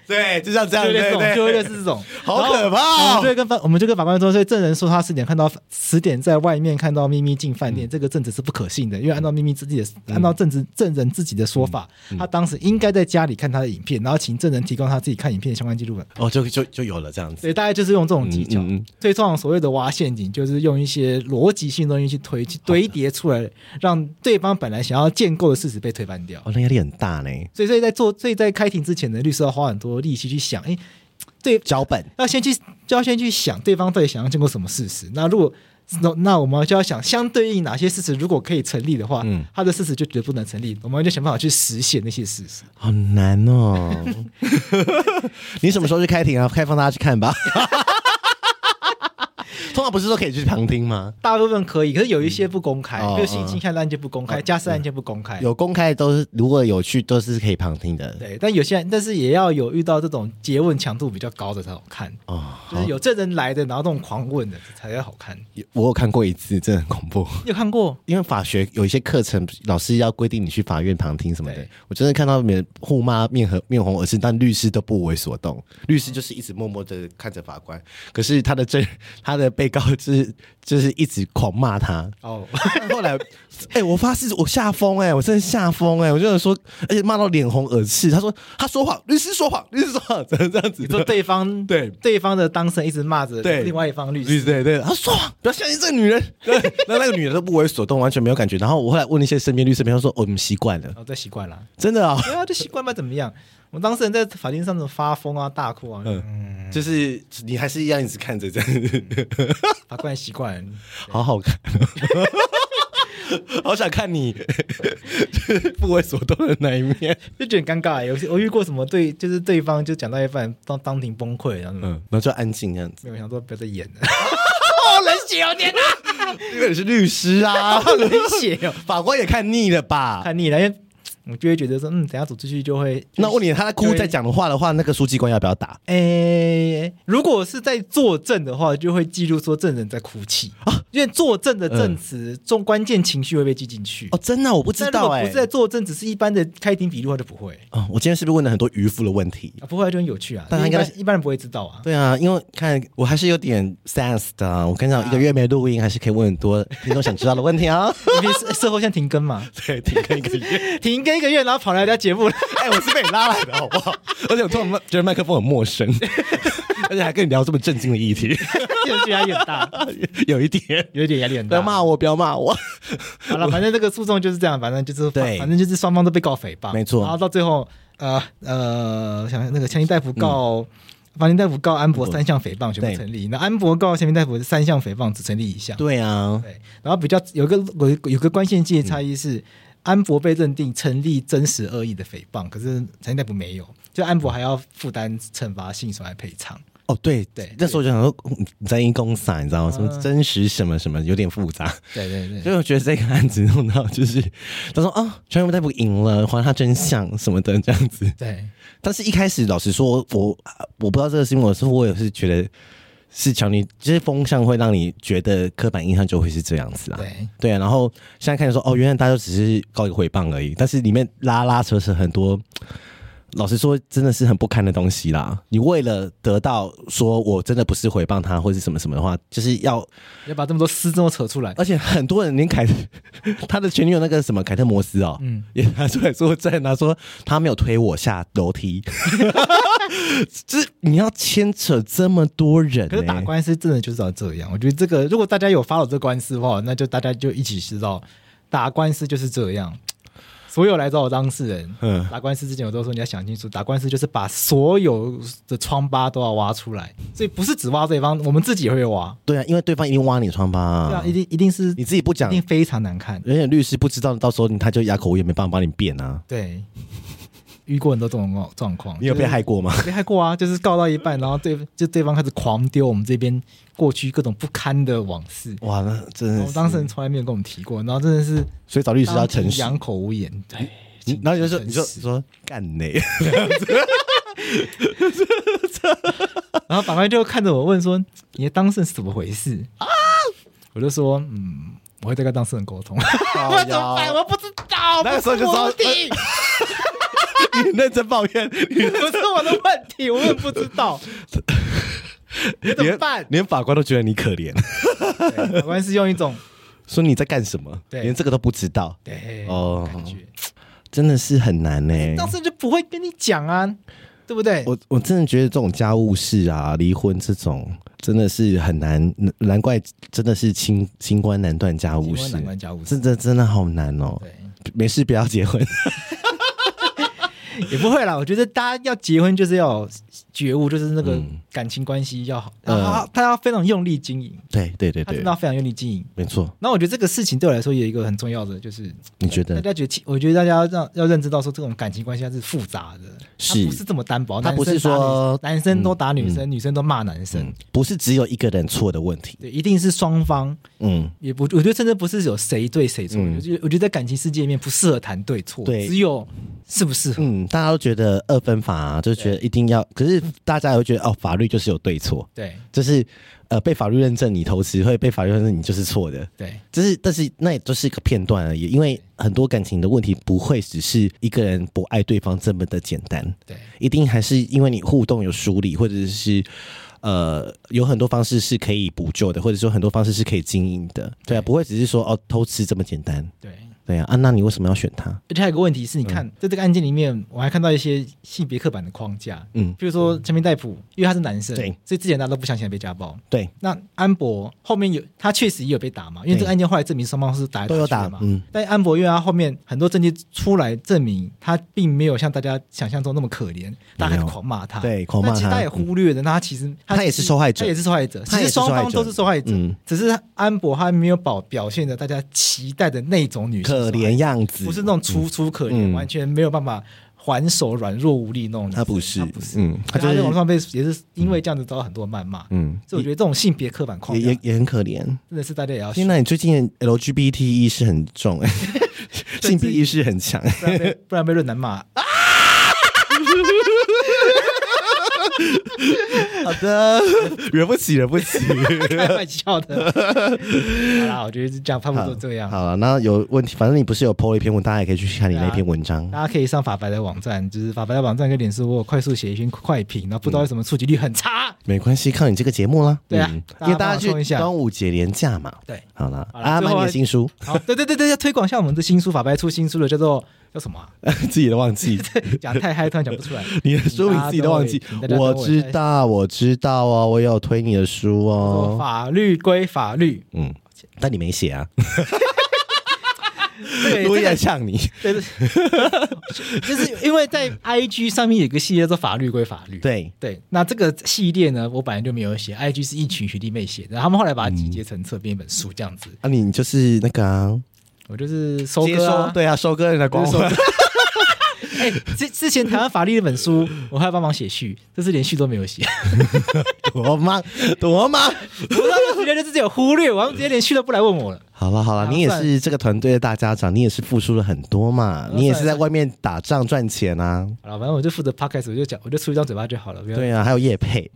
Speaker 2: 对，就像这样，
Speaker 1: 就类似
Speaker 2: 对
Speaker 1: 这种，就类
Speaker 2: 对
Speaker 1: 似这种，
Speaker 2: 好可
Speaker 1: 然后
Speaker 2: 怕
Speaker 1: 我们就
Speaker 2: 哦，
Speaker 1: 会跟法，我们就跟法官说，所以证人说他十点看到十点在外面看到咪咪进饭店，
Speaker 2: 嗯
Speaker 1: 这个证词是不可信的，因为按照咪咪自己的，按照证词证人自己的说法，
Speaker 2: 嗯
Speaker 1: 他当时应该在家里看他的影片，然后请证人提供他自己看影片的相关记录本。
Speaker 2: 哦，就就就有了这样子，
Speaker 1: 所以大概就是用这种技巧，
Speaker 2: 嗯嗯嗯
Speaker 1: 所以通常所谓的挖陷阱，就是用一些逻辑性的东西去推去堆叠出来，让对方本来想要建构的事实被推翻掉。
Speaker 2: 哦，那压力很大呢，
Speaker 1: 所以，所以在做，所以在开庭之前呢，律师要花很多力气去想，哎，对，
Speaker 2: 脚本，
Speaker 1: 要先去就要先去想对方到底想要经过什么事实。那如果那那我们就要想相对应哪些事实，如果可以成立的话，
Speaker 2: 嗯
Speaker 1: 他的事实就绝对不能成立，我们就想办法去实现那些事实。
Speaker 2: 好难哦， *laughs* 你什么时候去开庭啊？开放大家去 *laughs* 看吧。通常不是说可以去旁听吗？
Speaker 1: 大部分可以，可是有一些不公开，
Speaker 2: 嗯哦哦
Speaker 1: 比如性侵害的案件不公开，家事案件不公开。
Speaker 2: 有公开都是，如果有去都是可以旁听的。
Speaker 1: 对，但有些人，但是也要有遇到这种诘问强度比较高的才好看，
Speaker 2: 哦，
Speaker 1: 就是有证人来的，然后这种狂问的才要好看。你
Speaker 2: 我有看过一次，真的很恐怖。
Speaker 1: 有看过？
Speaker 2: 因为法学有一些课程，老师要规定你去法院旁听什么的
Speaker 1: 对，
Speaker 2: 我真的看到面互骂面和面红耳赤，但律师都不为所动，律师就是一直默默的看着法官，可是他的证他的被告就是就是一直狂骂他，
Speaker 1: 哦， *laughs*
Speaker 2: *laughs* 后来，哎、我发誓我吓疯哎，我真的吓疯哎，我就是说，而且骂到脸红耳赤。他说他说谎，律师说谎，律师说谎，怎么这样子？
Speaker 1: 你说对方
Speaker 2: 对
Speaker 1: 对方的当事人一直骂着
Speaker 2: 对
Speaker 1: 另外一方律
Speaker 2: 律
Speaker 1: 师
Speaker 2: 师，对对，他说谎，不要相信这个女人。对，那那个女人都不为所动，完全没有感觉。然后我后来问一些身边律师朋友说，哦，我们习惯了
Speaker 1: 然，后这习惯了。
Speaker 2: 真的啊、
Speaker 1: 对啊，就习惯吧，怎么样？我们当事人在法庭上怎么发疯啊、大哭啊，
Speaker 2: 嗯， *laughs* 就是你还是一样一直看着这样子，
Speaker 1: 法官习惯了，
Speaker 2: *laughs* 好好看。哦 *laughs* 好想看你 *laughs* 就是不为所动的那一面。
Speaker 1: 就觉得很尴尬。欸有些我遇过什么对，就是对方就讲到一半当当庭崩溃，啊然后
Speaker 2: 嗯，然后就安静这样子，
Speaker 1: 没有想说不要再演了，
Speaker 3: 好冷血哦，天哪！
Speaker 2: 因为你是律师啊， *laughs*
Speaker 1: 好冷血哦，
Speaker 2: 法官也看腻了吧？
Speaker 1: 看腻了，因为我就会觉得说，嗯，等一下走出去就会。
Speaker 2: 那问你，他在哭在讲的话的话，那个书记官要不要打？
Speaker 1: 诶、如果是在作证的话，就会记录说证人在哭泣
Speaker 2: 哦
Speaker 1: 啊，因为作证的证词中关键情绪会被记进去。
Speaker 2: 嗯哦，真的我不知道
Speaker 1: 但
Speaker 2: 哎、
Speaker 1: 如果不是在作证，只是一般的开庭笔录，他就不会
Speaker 2: 哦，我今天是不是问了很多渔夫的问题？
Speaker 1: 啊，不会就很有趣啊。
Speaker 2: 但他应该
Speaker 1: 因为一般一般人不会知道啊。
Speaker 2: 对啊，因为看我还是有点 sense 的啊。我跟你讲，一个月没录音，还是可以问很多听众想知道的问题啊。
Speaker 1: 因为社 *laughs* 社会现在停更嘛，
Speaker 2: *laughs* 对，停更一个月。
Speaker 1: 停更一个月，然后跑来人家节目了，
Speaker 2: 哎、我是被你拉来的，好不好？ *laughs* 而且我突然觉得麦克风很陌 *laughs* 生，而且还跟你聊这么震惊的议 *laughs* 题，
Speaker 1: 这个压力很大，
Speaker 2: 有一点。
Speaker 1: *laughs* 有一点压力很
Speaker 2: 不要
Speaker 1: 大。
Speaker 2: 骂我，不要骂我。
Speaker 1: 好了，反正这个诉讼就是这样，反正就是
Speaker 2: 对
Speaker 1: 反正就是双方都被告诽谤，
Speaker 2: 没错
Speaker 1: 然后到最后，呃呃，我想想那个强尼戴普告。法庭大夫告安博三项诽谤全
Speaker 2: 嗯对
Speaker 1: 部成立，那安博告前面大夫三项诽谤只成立一项。
Speaker 2: 对啊，
Speaker 1: 对，然后比较有一个有一个有个关键
Speaker 2: 嗯
Speaker 1: 性的差异是，安博被认定成立真实恶意的诽谤，可是陈大夫没有，就安博还要负担惩罚性损害赔偿。
Speaker 2: 哦对
Speaker 1: 对
Speaker 2: 那时候我就想说嗯你在因公撒，你知道吗？什么真实什么什么，有点复杂。
Speaker 1: 对对
Speaker 2: 所以我觉得这个案子弄到就是，他说啊，川原大夫赢了，还他真相什么的这样子。
Speaker 1: 对，
Speaker 2: 但是一开始老实说，我我不知道这个新闻，是我也是觉得是乔尼，就是风向会让你觉得刻板印象就会是这样子啊。
Speaker 1: 对
Speaker 2: 对啊，然后现在看说哦，原来大家就只是告一个回谤而已，但是里面拉拉扯扯很多，老实说真的是很不堪的东西啦。你为了得到说我真的不是回谤他或是什么什么的话，就是要
Speaker 1: 要把这么多私这么扯出来，
Speaker 2: 而且很多人连凯特 *laughs* 他的前女友那个什么凯特摩斯哦，
Speaker 1: 嗯
Speaker 2: 也拿出来作证，他说他没有推我下楼梯， *laughs* 就是你要牵扯这么多人、欸，
Speaker 1: 可是打官司真的就是要这样，我觉得这个如果大家有 follow 这官司的话，那就大家就一起知道，打官司就是这样。所有来找我当事
Speaker 2: *laughs*
Speaker 1: 人，
Speaker 2: 嗯
Speaker 1: 打官司之前我都说你要想清楚，打官司就是把所有的疮疤都要挖出来，所以不是只挖对方，我们自己也会挖，
Speaker 2: 对啊，因为对方一定挖你疮疤、
Speaker 1: 对啊
Speaker 2: 啊，，
Speaker 1: 一定一定是
Speaker 2: 你
Speaker 1: 一
Speaker 2: 自己不讲，
Speaker 1: 定非常难看，
Speaker 2: 而且律师不知道，到时候他就哑口无言，没办法帮你辩啊。
Speaker 1: 对，遇过很多这种状况，
Speaker 2: 你有被
Speaker 1: 就是
Speaker 2: 害过吗？
Speaker 1: 被害过啊， *laughs* 就是告到一半，然后对就对方开始狂丢我们这边过去各种不堪的往事，
Speaker 2: 哇，那真
Speaker 1: 我
Speaker 2: 的
Speaker 1: 们
Speaker 2: 是，
Speaker 1: 当事人从来没有跟我们提过，然后真的是
Speaker 2: 所以找律师要诚
Speaker 1: 当
Speaker 2: 实
Speaker 1: 庭，哑口无言。对，
Speaker 2: 嗯然后你就说，
Speaker 1: 诚
Speaker 2: 你就
Speaker 1: 实
Speaker 2: 说干你，
Speaker 1: 然后法官就看着我问说：“你的当事人是怎么回事啊？”我就说：“嗯，我会再跟当事人沟通。 *laughs*
Speaker 2: 我 *laughs* 怎么办？我不知道，那个时候就知道，你认真抱
Speaker 1: *laughs*
Speaker 2: 怨，你
Speaker 1: 不是我的问题，我也不知
Speaker 2: *laughs*
Speaker 1: 道。你怎么办
Speaker 2: 连连法官都觉得你可怜，” *laughs*
Speaker 1: 对法官是用一种
Speaker 2: 说你在干什么？
Speaker 1: 对
Speaker 2: 连这个都不知道，
Speaker 1: 对
Speaker 2: 哦
Speaker 1: 感觉，
Speaker 2: 真的是很难呢、
Speaker 1: 哎当事人就不会跟你讲啊，对不对？
Speaker 2: 我我真的觉得这种家务事啊，离婚这种真的是很难，难怪真的是清清官难断家务事
Speaker 1: 难，关家务事
Speaker 2: 啊真，的真的好难哦、
Speaker 1: 对， *laughs*
Speaker 2: 没事，不要结婚。
Speaker 1: 也不会啦。我觉得大家要结婚就是要有觉悟，就是那个
Speaker 2: 嗯
Speaker 1: 感情关系要好，
Speaker 2: 呃
Speaker 1: 他他要非常用力经营，
Speaker 2: 对 *laughs* 对对
Speaker 1: 他真
Speaker 2: 对
Speaker 1: 的，要非常用力经营。
Speaker 2: 没错。
Speaker 1: 那我觉得这个事情对我来说有一个很重要的，就是
Speaker 2: 你觉
Speaker 1: 大
Speaker 2: 得
Speaker 1: 家觉得，我觉得大家要让要认知到说，这种感情关系它是复杂的，
Speaker 2: 是
Speaker 1: 它不是这么单薄？
Speaker 2: 它不是
Speaker 1: 男生打
Speaker 2: 说
Speaker 1: 女男生都打女生，女生都骂男生
Speaker 2: 嗯，，不是只有一个人错的问题。
Speaker 1: 对，一定是双方
Speaker 2: 嗯，
Speaker 1: 也不，我觉得甚至不是有谁对谁错，
Speaker 2: 嗯
Speaker 1: 我觉得我觉得在感情世界里面不适合谈对错，
Speaker 2: 对
Speaker 1: 只有适不适合。
Speaker 2: 嗯，大家都觉得二分法、啊，就觉得一定要，可是大家也会觉得哦，法律就是有对错，
Speaker 1: 对
Speaker 2: 就是呃被法律认证你投资会被法律认证你就是错的，
Speaker 1: 对
Speaker 2: 就是但是那也就是一个片段而已，因为很多感情的问题不会只是一个人不爱对方这么的简单，
Speaker 1: 对
Speaker 2: 一定还是因为你互动有梳理，或者是呃有很多方式是可以补救的，或者说很多方式是可以经营的，对啊，不会只是说哦偷吃这么简单，
Speaker 1: 对，
Speaker 2: 对啊，啊那你为什么要选他？
Speaker 1: 而且还有一个问题是，你
Speaker 2: 嗯
Speaker 1: 看、在这个案件里面，我还看到一些性别刻板的框架，
Speaker 2: 嗯，
Speaker 1: 比如说陈明代普，因为他是男生，
Speaker 2: 对
Speaker 1: 所以之前大家都不相信他被家暴，
Speaker 2: 对，
Speaker 1: 那安博后面有他确实也有被打嘛，因为这个案件后来证明双方是打来
Speaker 2: 都有
Speaker 1: 去的
Speaker 2: 打
Speaker 1: 嘛。
Speaker 2: 嗯
Speaker 1: 但安博因为他后面很多证据出来证明他并没有像大家想象中那么可怜，大家开始狂骂他。
Speaker 2: 对狂骂
Speaker 1: 那其实他
Speaker 2: 他嗯
Speaker 1: 也忽略了，那他其实
Speaker 2: 他也
Speaker 1: 其实
Speaker 2: 是受害者
Speaker 1: 他也是受害者。其
Speaker 2: 他也
Speaker 1: 实
Speaker 2: 是受
Speaker 1: 双
Speaker 2: 害者
Speaker 1: 方都是受害者，
Speaker 2: 嗯
Speaker 1: 只是安博他没有表表现的大家期待的那种女性受害
Speaker 2: 可
Speaker 1: 者
Speaker 2: 怜样子，
Speaker 1: 哎不是那种楚楚可怜，
Speaker 2: 嗯
Speaker 1: 完全没有办法还手、软弱无力那种女生。
Speaker 2: 他不是，
Speaker 1: 他不是，
Speaker 2: 嗯，他
Speaker 1: 他
Speaker 2: 就
Speaker 1: 在网
Speaker 2: 是
Speaker 1: 上被也是因为这样子遭到很多谩骂。
Speaker 2: 嗯，
Speaker 1: 所以我觉得这种性别刻板框
Speaker 2: 也
Speaker 1: 架
Speaker 2: 也也很可怜。
Speaker 1: 真的是大家也要学
Speaker 2: 天。呐，你最近 LGBT E 意识很重哎、性别意识很强。
Speaker 1: *laughs*
Speaker 2: 哎
Speaker 1: 不然被不然被润南骂 *laughs* 啊！
Speaker 2: 好的， *laughs* 惹不起，惹不起。 *laughs*
Speaker 1: 开玩笑的。好啦，我觉得是这样，差不多这样。
Speaker 2: 好了，那有问题，反正你不是有 PO 了一篇文，大家也可以去看你那篇文
Speaker 1: *laughs*
Speaker 2: 章。
Speaker 1: 大家可以上法白的网站，就是法白的网站跟脸书，我有快速写一篇快评，然后不知道为什么触及率很
Speaker 2: *laughs*
Speaker 1: 差。
Speaker 2: 没关系，靠你这个节目啦。嗯
Speaker 1: 对啊
Speaker 2: 因为大
Speaker 1: 大
Speaker 2: 家
Speaker 1: 家帮我
Speaker 2: 去
Speaker 1: 冲一下
Speaker 2: 端午节连假嘛。
Speaker 1: 对，
Speaker 2: 好了，
Speaker 1: 好啦
Speaker 2: 啊，
Speaker 1: 最
Speaker 2: 买
Speaker 1: 后
Speaker 2: 你的新书， *laughs*
Speaker 1: 好，对对对对，要推广一下我们的新书，法白出新书了，叫做叫什么啊？
Speaker 2: 自己都忘
Speaker 1: *laughs*
Speaker 2: 记，
Speaker 1: 讲太嗨，突然讲不出来。
Speaker 2: 你的书名自己都忘记
Speaker 1: 大家。都会
Speaker 2: 我知道，我知道哦，我有推你的书
Speaker 1: 说
Speaker 2: 哦。
Speaker 1: 法律归法律，
Speaker 2: 嗯，但你没写啊，
Speaker 1: *laughs* 对，
Speaker 2: 我
Speaker 1: 这
Speaker 2: 也
Speaker 1: 个
Speaker 2: 呛你。
Speaker 1: 对，对 *laughs* 就是因为在 IG 上面有个系列叫做法律归法律，
Speaker 2: *laughs* 对，
Speaker 1: 对，那这个系列呢，我本来就没有写，IG 是一群学弟妹写的，然后他们后来把它集结成册，变一本书这样子。
Speaker 2: 啊，你就是那个啊
Speaker 1: 我就是收
Speaker 2: 接
Speaker 1: 割、
Speaker 2: 收
Speaker 1: 啊，
Speaker 2: 对啊，收割人的光
Speaker 1: 就是收
Speaker 2: 环
Speaker 1: 割。 *laughs* 哎、之之前台湾法律那本书，我还要帮忙写序，这次连序都没有写，
Speaker 2: *laughs*
Speaker 1: *laughs*
Speaker 2: 多忙，多忙。
Speaker 1: 我那段时间就自己有忽略，我他们直接连序都不来问我了。
Speaker 2: 好了好了，
Speaker 1: 啊
Speaker 2: 你也
Speaker 1: 算
Speaker 2: 是这个团队的大家长，你也是付出了很多嘛，
Speaker 1: 嗯
Speaker 2: 你也是在外面打仗赚钱啊。
Speaker 1: 好了，反正我就负责 podcast，我就讲，我就出一张嘴巴就好了，不要。
Speaker 2: 对啊，还有叶配，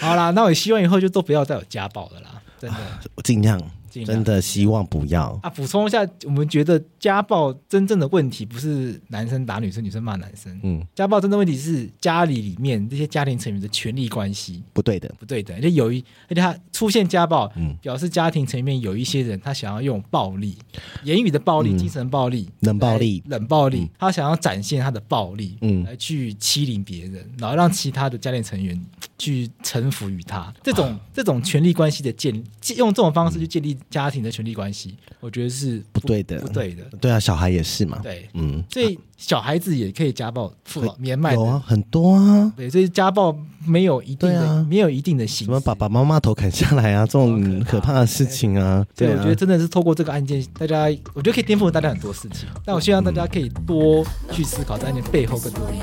Speaker 1: 好啦，那我希望以后就都不要再有家暴了啦，真的。
Speaker 2: 尽量，
Speaker 1: 尽量
Speaker 2: 真的希望不要。
Speaker 1: 啊，补充一下，我们觉得家暴真正的问题不是男生打女生，女生骂男生，
Speaker 2: 嗯，
Speaker 1: 家暴真正问题是家里里面这些家庭成员的权力关系
Speaker 2: 不对的，
Speaker 1: 不对等，而且有一，而且他出现家暴，
Speaker 2: 嗯
Speaker 1: 表示家庭层面有一些人他想要用暴力、言语的暴力、
Speaker 2: 嗯
Speaker 1: 精神暴力、
Speaker 2: 冷暴力
Speaker 1: 来、冷暴力，
Speaker 2: 嗯
Speaker 1: 他想要展现他的暴力，
Speaker 2: 嗯
Speaker 1: 来去欺凌别人，然后让其他的家庭成员去臣服于他。这种、
Speaker 2: 啊
Speaker 1: 这种权力关系的建，用这种方式去建立家庭的权力关系，我觉得是
Speaker 2: 不对的
Speaker 1: 不对的，
Speaker 2: 对啊，小孩也是嘛。
Speaker 1: 对。
Speaker 2: 嗯，
Speaker 1: 所以小孩子也可以家暴、父老年迈的
Speaker 2: 有啊，很多啊，
Speaker 1: 对，所以家暴没有一定
Speaker 2: 对
Speaker 1: 的，
Speaker 2: 啊
Speaker 1: 没有一定的形
Speaker 2: 什么
Speaker 1: 式
Speaker 2: 把爸妈妈头砍下来啊，这种
Speaker 1: 好
Speaker 2: 可
Speaker 1: 可怕
Speaker 2: 怕的事情啊。
Speaker 1: 对，
Speaker 2: 啊
Speaker 1: 我觉得真的是透过这个案件，大家我觉得可以颠覆大家很多事情。但我希望大家可以多去思考这案件背后更多的意义。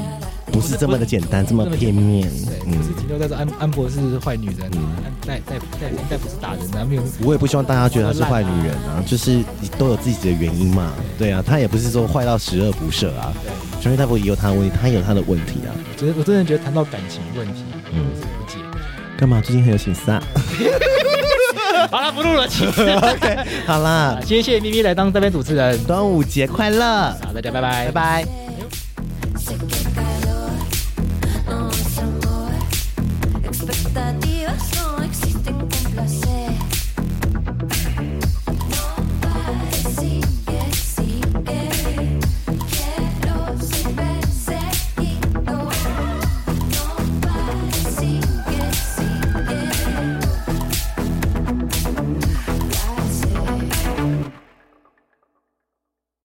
Speaker 2: 不是这么的简单，这么片面。
Speaker 1: 对，不是
Speaker 2: 嗯，
Speaker 1: 停留在这安安博是坏女人啊，安戴戴戴明代不是打人啊，没有。
Speaker 2: 我也不希望大家觉得她是坏女人啊，就是都有自己的原因嘛。对啊，她也不是说坏到十恶不赦啊。
Speaker 1: 对，
Speaker 2: 小黑大夫也有她的问题，她也有她的问题啊。
Speaker 1: 我觉得我真的觉得谈到感情问题，
Speaker 2: 嗯
Speaker 1: 我是无解。
Speaker 2: 干嘛？最近很有心思啊。
Speaker 1: 好了，不录了，其实。
Speaker 2: OK，好啦，
Speaker 1: 今天 *laughs* 谢谢咪咪来当这边主持人，
Speaker 2: 端午节快乐，
Speaker 1: 好，大家拜拜，
Speaker 2: 拜。拜。
Speaker 4: Together